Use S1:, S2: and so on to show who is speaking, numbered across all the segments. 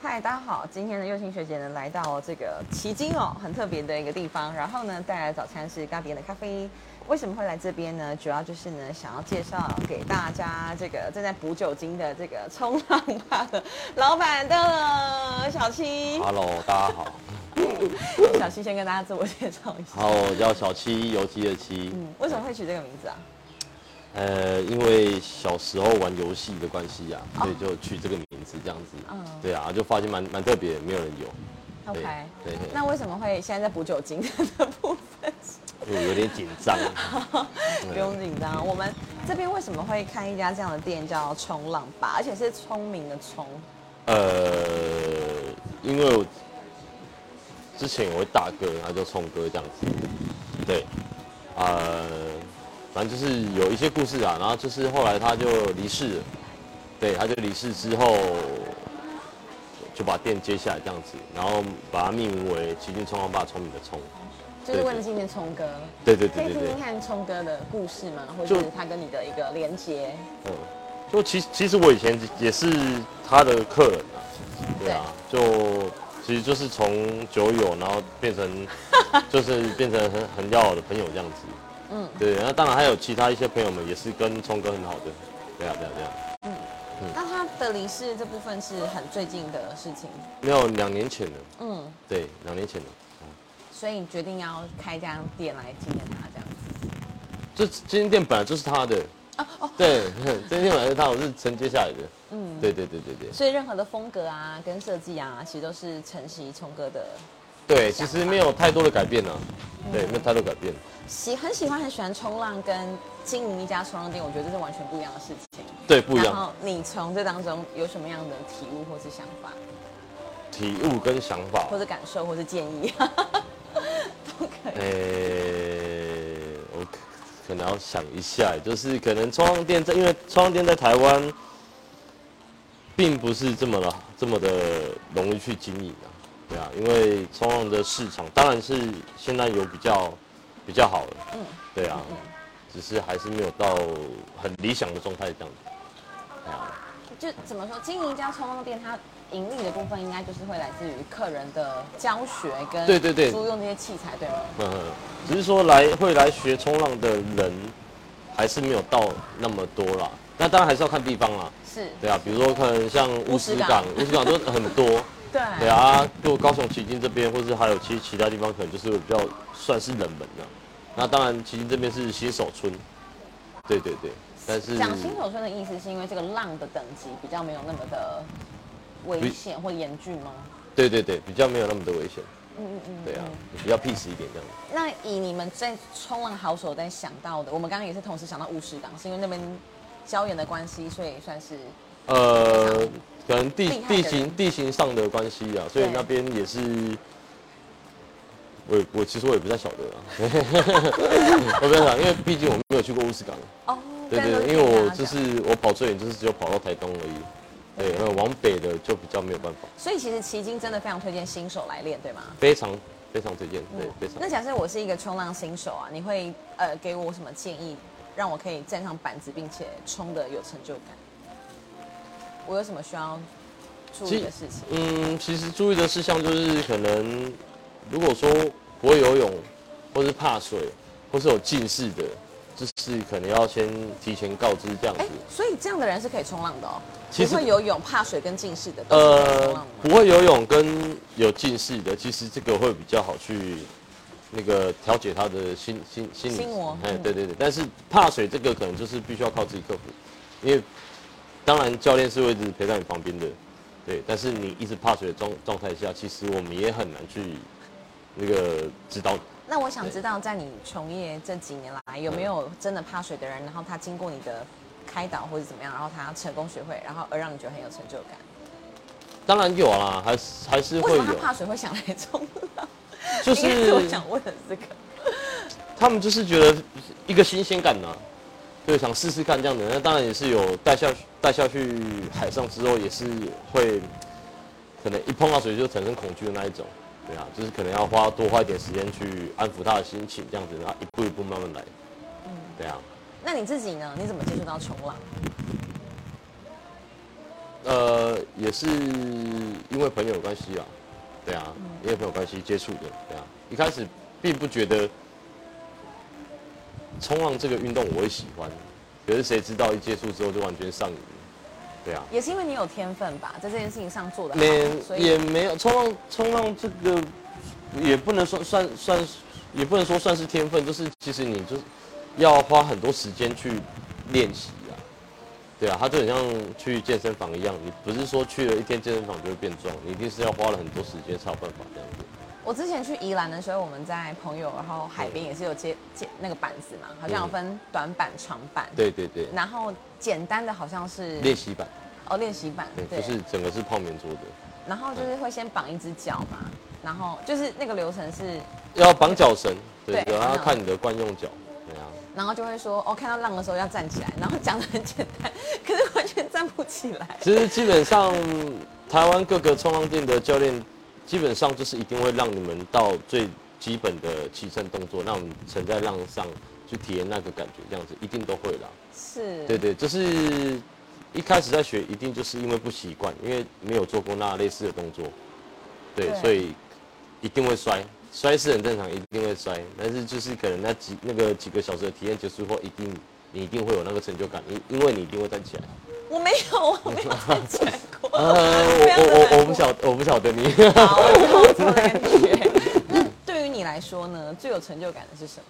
S1: 嗨，大家好，今天呢，右心学姐呢来到这个奇经哦，很特别的一个地方。然后呢，带来的早餐是咖比的咖啡。为什么会来这边呢？主要就是呢，想要介绍给大家这个正在补酒精的这个冲浪吧的老板的小七。
S2: Hello，大家好，
S1: 小七先跟大家自我介绍一下。
S2: 好，我叫小七，游击的七。
S1: 嗯，为什么会取这个名字啊？
S2: 呃，因为小时候玩游戏的关系呀、所以就取这个名字这样子。
S1: 哦嗯
S2: 对啊，就发现蛮蛮特别，没有人有。
S1: OK，
S2: 对对
S1: 那为什么会现在在补酒精的部分？
S2: 我有点紧张。
S1: 不用紧张，我们这边为什么会开一家这样的店叫冲浪吧，而且是聪明的聪，
S2: 呃，因为我之前有位大哥，他叫冲哥这样子。对，呃，反正就是有一些故事啊，然后就是后来他就离世了，对，他就离世之后就把店接下来这样子，然后把它命名为“奇骏冲浪爸聪明的冲
S1: 就是为了纪念聪哥。”。
S2: 对对
S1: 可
S2: 对
S1: 以
S2: 对
S1: 听
S2: 对
S1: 听，看聪哥的故事吗？或者是
S2: 就
S1: 他跟你的一个连接？
S2: 嗯，就其其实我以前也是他的客人啊，对啊，就其实就是从酒友，然后变成 就是变成很很要好的朋友这样子。嗯，对，那当然还有其他一些朋友们也是跟聪哥很好的，对啊，对啊，对啊。
S1: 那他的离世这部分是很最近的事情，
S2: 没有两年前了，
S1: 嗯，
S2: 对，两年前了。
S1: 所以你决定要开家店来纪念他这样子。
S2: 这这间店本来就是他的，对， 这间店本来是他，我是承接下来的。哦嗯，对对对对对。
S1: 所以任何的风格啊，跟设计啊，其实都是承袭聪哥的
S2: 对，其实没有太多的改变啊，对，没有太多改变。
S1: 喜很喜欢很喜欢冲浪，跟经营一家冲浪店，我觉得这是完全不一样的事情。
S2: 对，不一
S1: 然
S2: 样。
S1: 后你从这当中有什么样的体悟，或是想法，
S2: 体悟跟想法，
S1: 或者感受，或是建议，都可以。
S2: 呃、我可可能要想一下，就是可能冲浪店在，因为冲浪店在台湾，并不是这么的这么的容易去经营啊，对啊，因为冲浪的市场当然是现在有比较比较好了，嗯，对啊，只是还是没有到很理想的状态这样子，对啊。
S1: 就怎么说，经营一家冲浪店，它盈利的部分应该就是会来自于客人的教学跟
S2: 对对对
S1: 租用这些器材，对吗？
S2: 嗯，只是说来会来学冲浪的人，还是没有到那么多啦。那当然还是要看地方啦，
S1: 是，
S2: 对啊，比如说可能像乌石港， 乌石港都很多，
S1: 对
S2: 对啊，就高雄旗津这边，或是还有其实其他地方，可能就是比较算是冷门的。那当然，旗津这边是新手村，对对对，但是
S1: 讲新手村的意思是因为这个浪的等级比较没有那么的危险或严峻吗？
S2: 对对对，比较没有那么的危险，
S1: 嗯嗯嗯。
S2: 对啊，比较 peace 一点这样。
S1: 那以你们在冲浪好手在想到的，我们刚刚也是同时想到乌石港，是因为那边礁岩的关系，所以算是
S2: 呃，可能地
S1: 厉害的人
S2: 地形地形上的关系啊，所以
S1: 对
S2: 那边也是，我也我其实我也不太晓得啊， 我不太想，因为毕竟我没有去过乌斯港，
S1: 哦，
S2: 对对
S1: 跟
S2: 对，因为我
S1: 大家
S2: 就
S1: 讲
S2: 是我跑最远就是只有跑到台东而已，对，那往北的就比较没有办法，
S1: 所以其实骑鲸真的非常推荐新手来练，对吗？
S2: 非常非常推荐，对，非常
S1: 嗯那假设我是一个冲浪新手啊，你会呃给我什么建议，让我可以站上板子，并且冲的有成就感？我有什么需要注意的事情？
S2: 嗯，其实注意的事项就是可能，如果说不会游泳，或是怕水，或是有近视的，就是可能要先提前告知这样子
S1: 哎。，所以这样的人是可以冲浪的哦。
S2: 其实
S1: 不会游泳、怕水跟近视的都是可以冲
S2: 呃
S1: 浪，
S2: 不
S1: 吗？
S2: 会游泳跟有近视的，其实这个会比较好去那个调节他的心心心理。
S1: 心魔
S2: 哎，
S1: 嗯
S2: 对对对，但是怕水这个可能就是必须要靠自己克服，因为当然教练是会一直陪在你旁边的，对，但是你一直怕水的状状态下，其实我们也很难去那个指导你。
S1: 那我想知道，在你从业这几年来，有没
S2: 嗯
S1: 有真的怕水的人，然后他经过你的开导或者怎么样，然后他成功学会，然后而让你觉得很有成就感？
S2: 当然有啦，还是还是
S1: 为
S2: 会
S1: 什么
S2: 有
S1: 他，怕水会想来冲浪？
S2: 就
S1: 应该是我
S2: 是
S1: 想问的这个。
S2: 他们就是觉得一个新鲜感呐、对，想试试看这样的。那当然也是有带下去，带下去海上之后也是会，可能一碰到水就产生恐惧的那一种，对啊，就是可能要花多花一点时间去安抚他的心情，这样子，然后一步一步慢慢来，对啊。
S1: 那你自己呢？你怎么接触到冲浪？
S2: 呃，也是因为朋友关系啊，对啊，因为朋友关系接触的，对啊，一开始并不觉得冲浪这个运动我会喜欢，可是谁知道一接触之后就完全上瘾了，对啊。
S1: 也是因为你有天分吧，在这件事情上做的
S2: 没
S1: 好，所
S2: 也
S1: 以
S2: 没有冲浪，冲浪这个也不能说算算，也不能说算是天分，就是其实你就是要花很多时间去练习啊。对啊，它就很像去健身房一样，你不是说去了一天健身房就会变壮，你一定是要花了很多时间才有办法这样子。
S1: 我之前去宜兰的时候，我们在朋友，然后海边也是有接接那个板子嘛，好像有分短板、长板，，
S2: 对对对，
S1: 然后简单的好像是
S2: 练习版，
S1: 哦练习板，
S2: 对，就是整个是泡棉做的，
S1: 然后就是会先绑一只脚嘛，然后就是那个流程是，
S2: 要绑脚绳，对，
S1: 对
S2: 然后
S1: 嗯
S2: 看你的惯用脚，对啊。
S1: 然后就会说哦，看到浪的时候要站起来，然后讲的很简单， 可是完全站不起来。
S2: 其实基本上，台湾各个冲浪店的教练，基本上就是一定会让你们到最基本的起身动作，让你沉在浪上去体验那个感觉，这样子一定都会啦。
S1: 是，
S2: 对对，就是一开始在学，一定就是因为不习惯，因为没有做过那类似的动作，对，
S1: 对
S2: 所以一定会摔，摔是很正常，一定会摔。但是就是可能那几那个几个小时的体验结束后，一定你一定会有那个成就感，因因为你一定会站起来。
S1: 我没有，我没有站起来过。
S2: 呃，我我我我不晓我不晓得你，
S1: 好，我知道这个感觉。那对于你来说呢，最有成就感的是什么？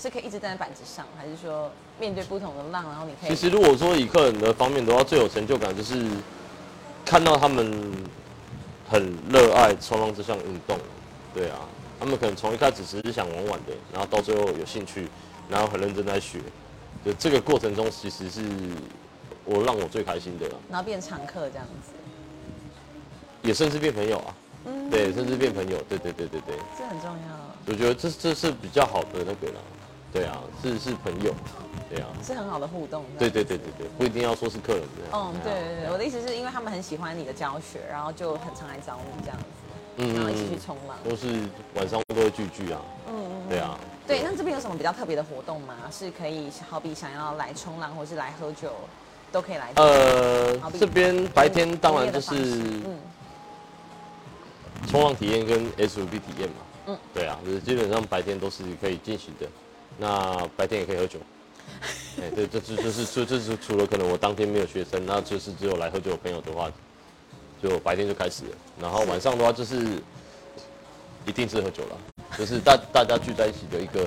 S1: 是可以一直站在板子上，还是说面对不同的浪，然后你可以？
S2: 其实如果说以客人的方面的话，最有成就感就是看到他们很热爱冲浪这项运动，对啊，他们可能从一开始只是想玩玩的，然后到最后有兴趣，然后很认真在学，就这个过程中其实是我让我最开心的啦，
S1: 然后变常客这样子，
S2: 也甚至变朋友啊，
S1: 嗯
S2: 对，甚至变朋友，对对对对对，
S1: 这很重要，
S2: 我觉得这这是比较好的那个啦，对啊，是是朋友，对啊。
S1: 是很好的互动。
S2: 对对对对对，不一定要说是客人这样。啊
S1: 嗯，对对对，我的意思是因为他们很喜欢你的教学，然后就很常来找你这样子，
S2: 嗯
S1: 然后一起去冲浪。
S2: 都是晚上都会聚聚啊。嗯对啊。
S1: 对，那这边有什么比较特别的活动吗？是可以好比想要来冲浪，或是来喝酒，都可以来。
S2: 呃
S1: 好，比
S2: 这边白天当
S1: 营
S2: 然就
S1: 业的
S2: 是
S1: 方式嗯，
S2: 冲浪体验跟 SUP 体验嘛。
S1: 嗯
S2: 嗯。对啊，就是基本上白天都是可以进行的，那白天也可以喝 酒。哎、对，这这就是除这是除了可能我当天没有学生，那就是只有来喝酒的朋友的话，就白天就开始了，然后晚上的话就是一定是喝酒了，就是大大家聚在一起的一个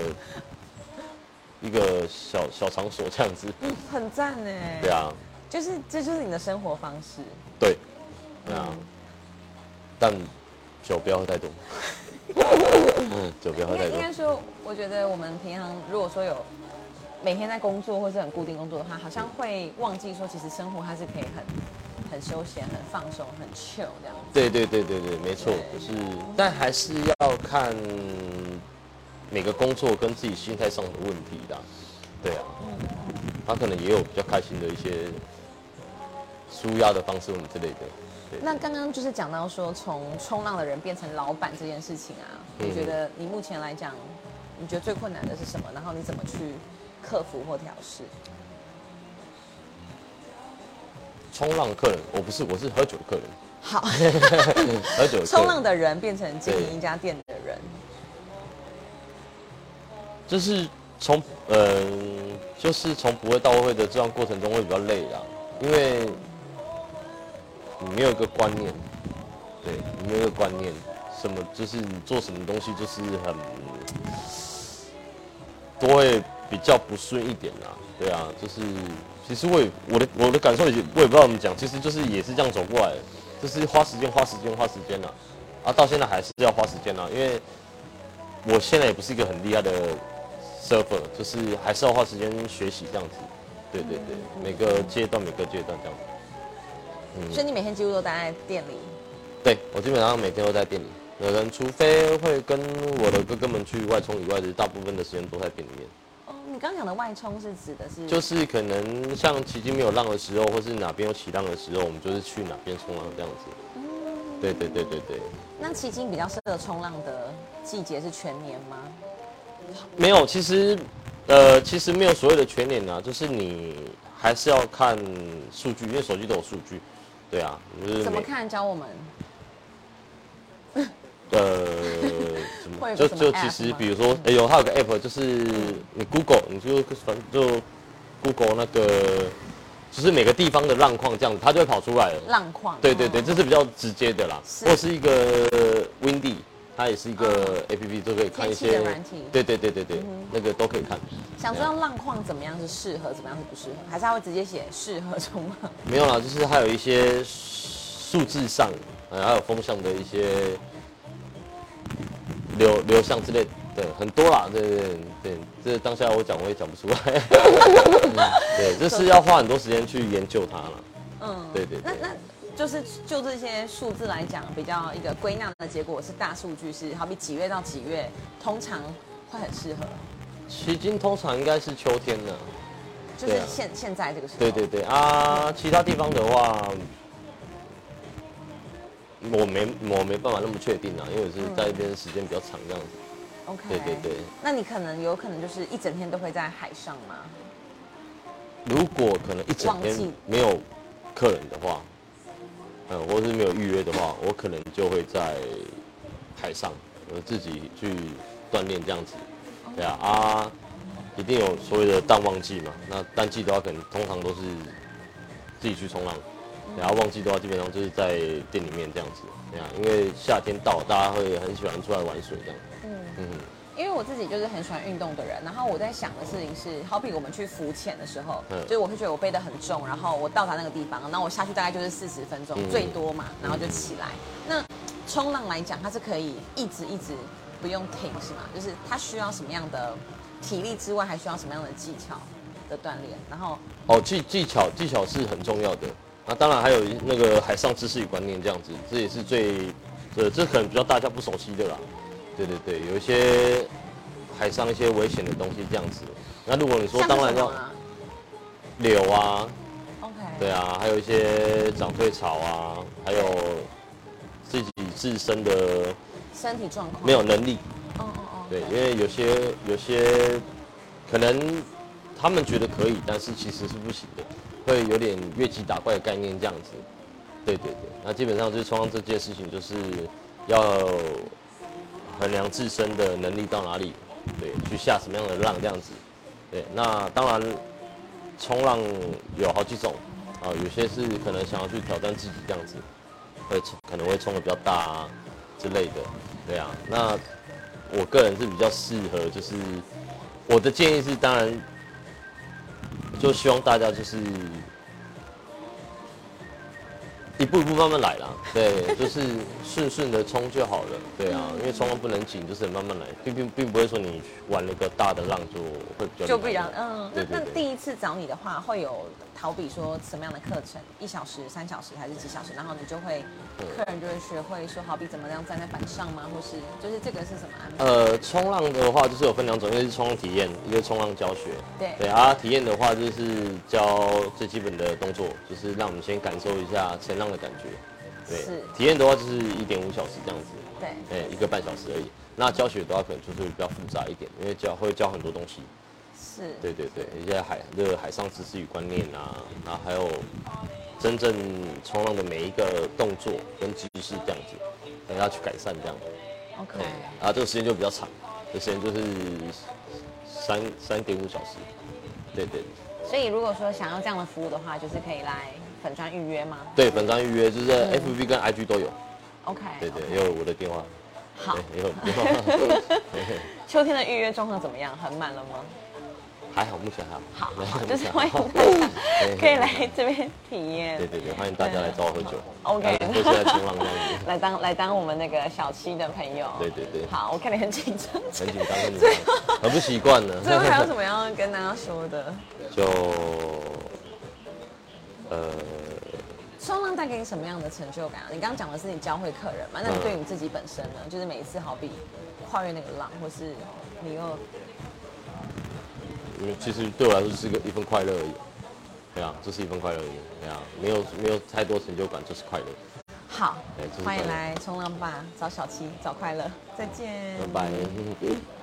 S2: 一个小小场所这样子。
S1: 嗯很赞哎。
S2: 对啊，
S1: 就是这就是你的生活方式。
S2: 对，
S1: 嗯
S2: 对啊，但酒不要喝太 多。嗯，酒不要喝
S1: 应该
S2: 太多
S1: 应。该说，我觉得我们平常如果说有每天在工作或是很固定工作的话，好像会忘记说，其实生活它是可以很很休闲、很放松、很 chill 这样子。
S2: 对对对对对，没错，
S1: 对
S2: 就是，但还是要看每个工作跟自己心态上的问题啦。对啊，
S1: 嗯
S2: 他可能也有比较开心的一些舒压的方式，我们之类的。对
S1: 那刚刚就是讲到说，从冲浪的人变成老板这件事情啊，
S2: 嗯
S1: 你觉得你目前来讲，你觉得最困难的是什么？然后你怎么去克服或调试？
S2: 冲浪客人，我不是，我是喝酒客人，
S1: 好，
S2: 喝酒的客人
S1: 冲浪的人变成经营一家店的人，
S2: 就是从呃，就是从不会到会的这段过程中会比较累啦，因为你没有一个观念，对，你没有一个观念，什么就是你做什么东西就是很都会比较不顺一点啦，对啊，就是其实我也我的我的感受也我也不知道怎么讲，其实就是也是这样走过来的，就是花时间花时间花时间啦，啊，到现在还是要花时间啦，因为。我现在也不是一个很厉害的 surfer，就是还是要花时间学习这样子。对对对，每个阶段每个阶段这样子。
S1: 所以你每天几乎都待在店里。
S2: 对我基本上每天都在店里，有人除非会跟我的哥哥们去外冲以外的，大部分的时间都在店里面。
S1: 哦，你刚讲的外冲是指的是？
S2: 就是可能像奇迹没有浪的时候，或是哪边有起浪的时候，我们就是去哪边冲浪这样子。对对对对对，
S1: 那骑鲸比较适合冲浪的季节是全年吗？
S2: 没有，其实，呃，其实没有所谓的全脸啊，就是你还是要看数据，因为手机都有数据。对啊，就是
S1: 怎么
S2: 每
S1: 看？教我们
S2: 呃，怎
S1: 会有
S2: 么
S1: 个
S2: 就
S1: 什么
S2: 就
S1: app
S2: 其实
S1: 吗
S2: 比如说，哎、有还有个 app，就是你 Google，你就反正就 Google 那个，就是每个地方的浪况这样子，它就会跑出来了。
S1: 浪况？
S2: 对对对，
S1: 嗯
S2: 这是比较直接的啦。
S1: 是哦
S2: 或是一个 Windy，它也是一个 A P P，都可以看
S1: 天
S2: 一
S1: 气
S2: 些
S1: 的软体嗯
S2: 对对对对对，那个都可以看。啊
S1: 想知道浪况怎么样是适合，怎么样是不适合，还是他会直接写适合冲浪？
S2: 没有啦，就是还有一些数字上，呃，还有风向的一些流流向之类的，对，很多啦，对对对对，这当下我讲我也讲不出来， 嗯对，这是要花很多时间去研究它了。
S1: 嗯，
S2: 对对对
S1: 那那就是就这些数字来讲，比较一个归纳的结果是大数据是好比几月到几月，通常会很适合，
S2: 奇经通常应该是秋天的，
S1: 就是
S2: 对啊
S1: 现、现在这个时候。
S2: 对对对啊，其他地方的话，我没我没办法那么确定啊，因为我是在那边时间比较长这样子。
S1: OK。
S2: 对对对。
S1: 那你可能有可能就是一整天都会在海上吗？
S2: 如果可能一整
S1: 旺季
S2: 天没有客人的话，嗯，或是没有预约的话，我可能就会在海上，我自己去锻炼这样子。对啊，啊，一定有所谓的淡旺季嘛。那淡季的话，可能通常都是自己去冲浪。然后旺季的话，基本上就是在店里面这样子，对啊，因为夏天到了，大家会很喜欢出来玩水这样。嗯
S1: 因为我自己就是很喜欢运动的人，然后我在想的事情是，好比我们去浮潜的时候，
S2: 嗯
S1: 就是我会觉得我背得很重，然后我到达那个地方，然后我下去大概就是四十分钟、
S2: 嗯
S1: 最多嘛，然后就起来。那冲浪来讲，它是可以一直一直不用停是吗？就是它需要什么样的体力之外，还需要什么样的技巧的锻炼？然后
S2: 哦，技技巧技巧是很重要的。那当然还有那个海上知识与观念这样子，这也是最，呃，这可能比较大家不熟悉的啦。对对对，有一些海上一些危险的东西这样子。那如果你说
S1: 像是
S2: 当然
S1: 什
S2: 要
S1: 么啊
S2: 柳啊，
S1: ？OK，
S2: 对啊，还有一些涨退潮啊，还有自己自身的
S1: 身体状况
S2: 没有，能力，
S1: 哦哦哦，
S2: 对，因为有些有些可能他们觉得可以，但是其实是不行的，会有点越级打怪的概念这样子。对对对，那基本上就是冲浪这件事情，就是要衡量自身的能力到哪里，对，去下什么样的浪这样子。对，那当然冲浪有好几种啊，有些是可能想要去挑战自己这样子，会冲可能会冲的比较大啊之类的。对啊，那我个人是比较适合，就是我的建议是，当然就希望大家就是一步一步慢慢来啦，对， 就是顺顺的冲就好了，对啊，
S1: 嗯
S2: 因为冲浪不能紧，就是慢慢来，并并并不会说你玩了一个大的浪就会比较
S1: 就
S2: 厉害
S1: 不一样，嗯，那
S2: 对对
S1: 那
S2: 对
S1: 第一次找你的话，会有逃比说什么样的课程？一小时、三小时还是几小时？然后你就会，客人就会学会说，好比怎么样站在板上吗？或是就是这个是什么安排？
S2: 呃，冲浪的话就是有分两种，一个是冲浪体验，一个是冲浪教学。
S1: 对
S2: 对啊，体验的话就是教最基本的动作，就是让我们先感受一下前浪的感觉。对，
S1: 是
S2: 体验的话就是一点五小时这样子，
S1: 对，
S2: 哎、一个半小时而已。那教学的话可能就是比较复杂一点，因为教会教很多东西。
S1: 是，
S2: 对对对，一些海这个海上知识与观念啊，然后还有真正冲浪的每一个动作跟姿势这样子，等要去改善这样。
S1: o k
S2: 对，然后这个时间就比较长，这时间就是三三点五小时。对对
S1: 所以如果说想要这样的服务的话，就是可以来粉专预约吗
S2: 对，本章预
S1: 嗯
S2: 约就是 FB 跟 IG 都有，
S1: ？OK，
S2: 对对，也有我的电话，
S1: 好，
S2: 对，也有我的电 话，
S1: 秋天的预约状况怎么样？很满了 吗？
S2: 还好，目前还好，
S1: 好，
S2: 对
S1: 好
S2: 目
S1: 就
S2: 前
S1: 是
S2: 还
S1: 欢迎
S2: 好
S1: 大家可以来
S2: 对
S1: 这边体验。
S2: 对对对，欢迎大家来找我喝酒嗯
S1: ，OK
S2: 或是来冲浪这样子，
S1: 来当来当我们那个小七的朋友。
S2: 对对对
S1: 好，我看你很紧张。
S2: 很紧张，很 紧张，很不习惯呢。
S1: 最后还有什么要跟大家说的？
S2: 就呃，
S1: 冲浪带给你什么样的成就感啊？你刚刚讲的是你教会客人嘛？那你
S2: 嗯
S1: 对你自己本身呢？就是每一次好比跨越那个浪，或是你又
S2: 嗯其实对我来说是一个一份快乐而已，对啊，就是一份快乐而已，对啊，没有没有太多成就感，就是快乐。
S1: 好
S2: 对这，是
S1: 欢迎
S2: 快乐
S1: 来冲浪吧，找小七，找快乐，再见。
S2: 拜拜。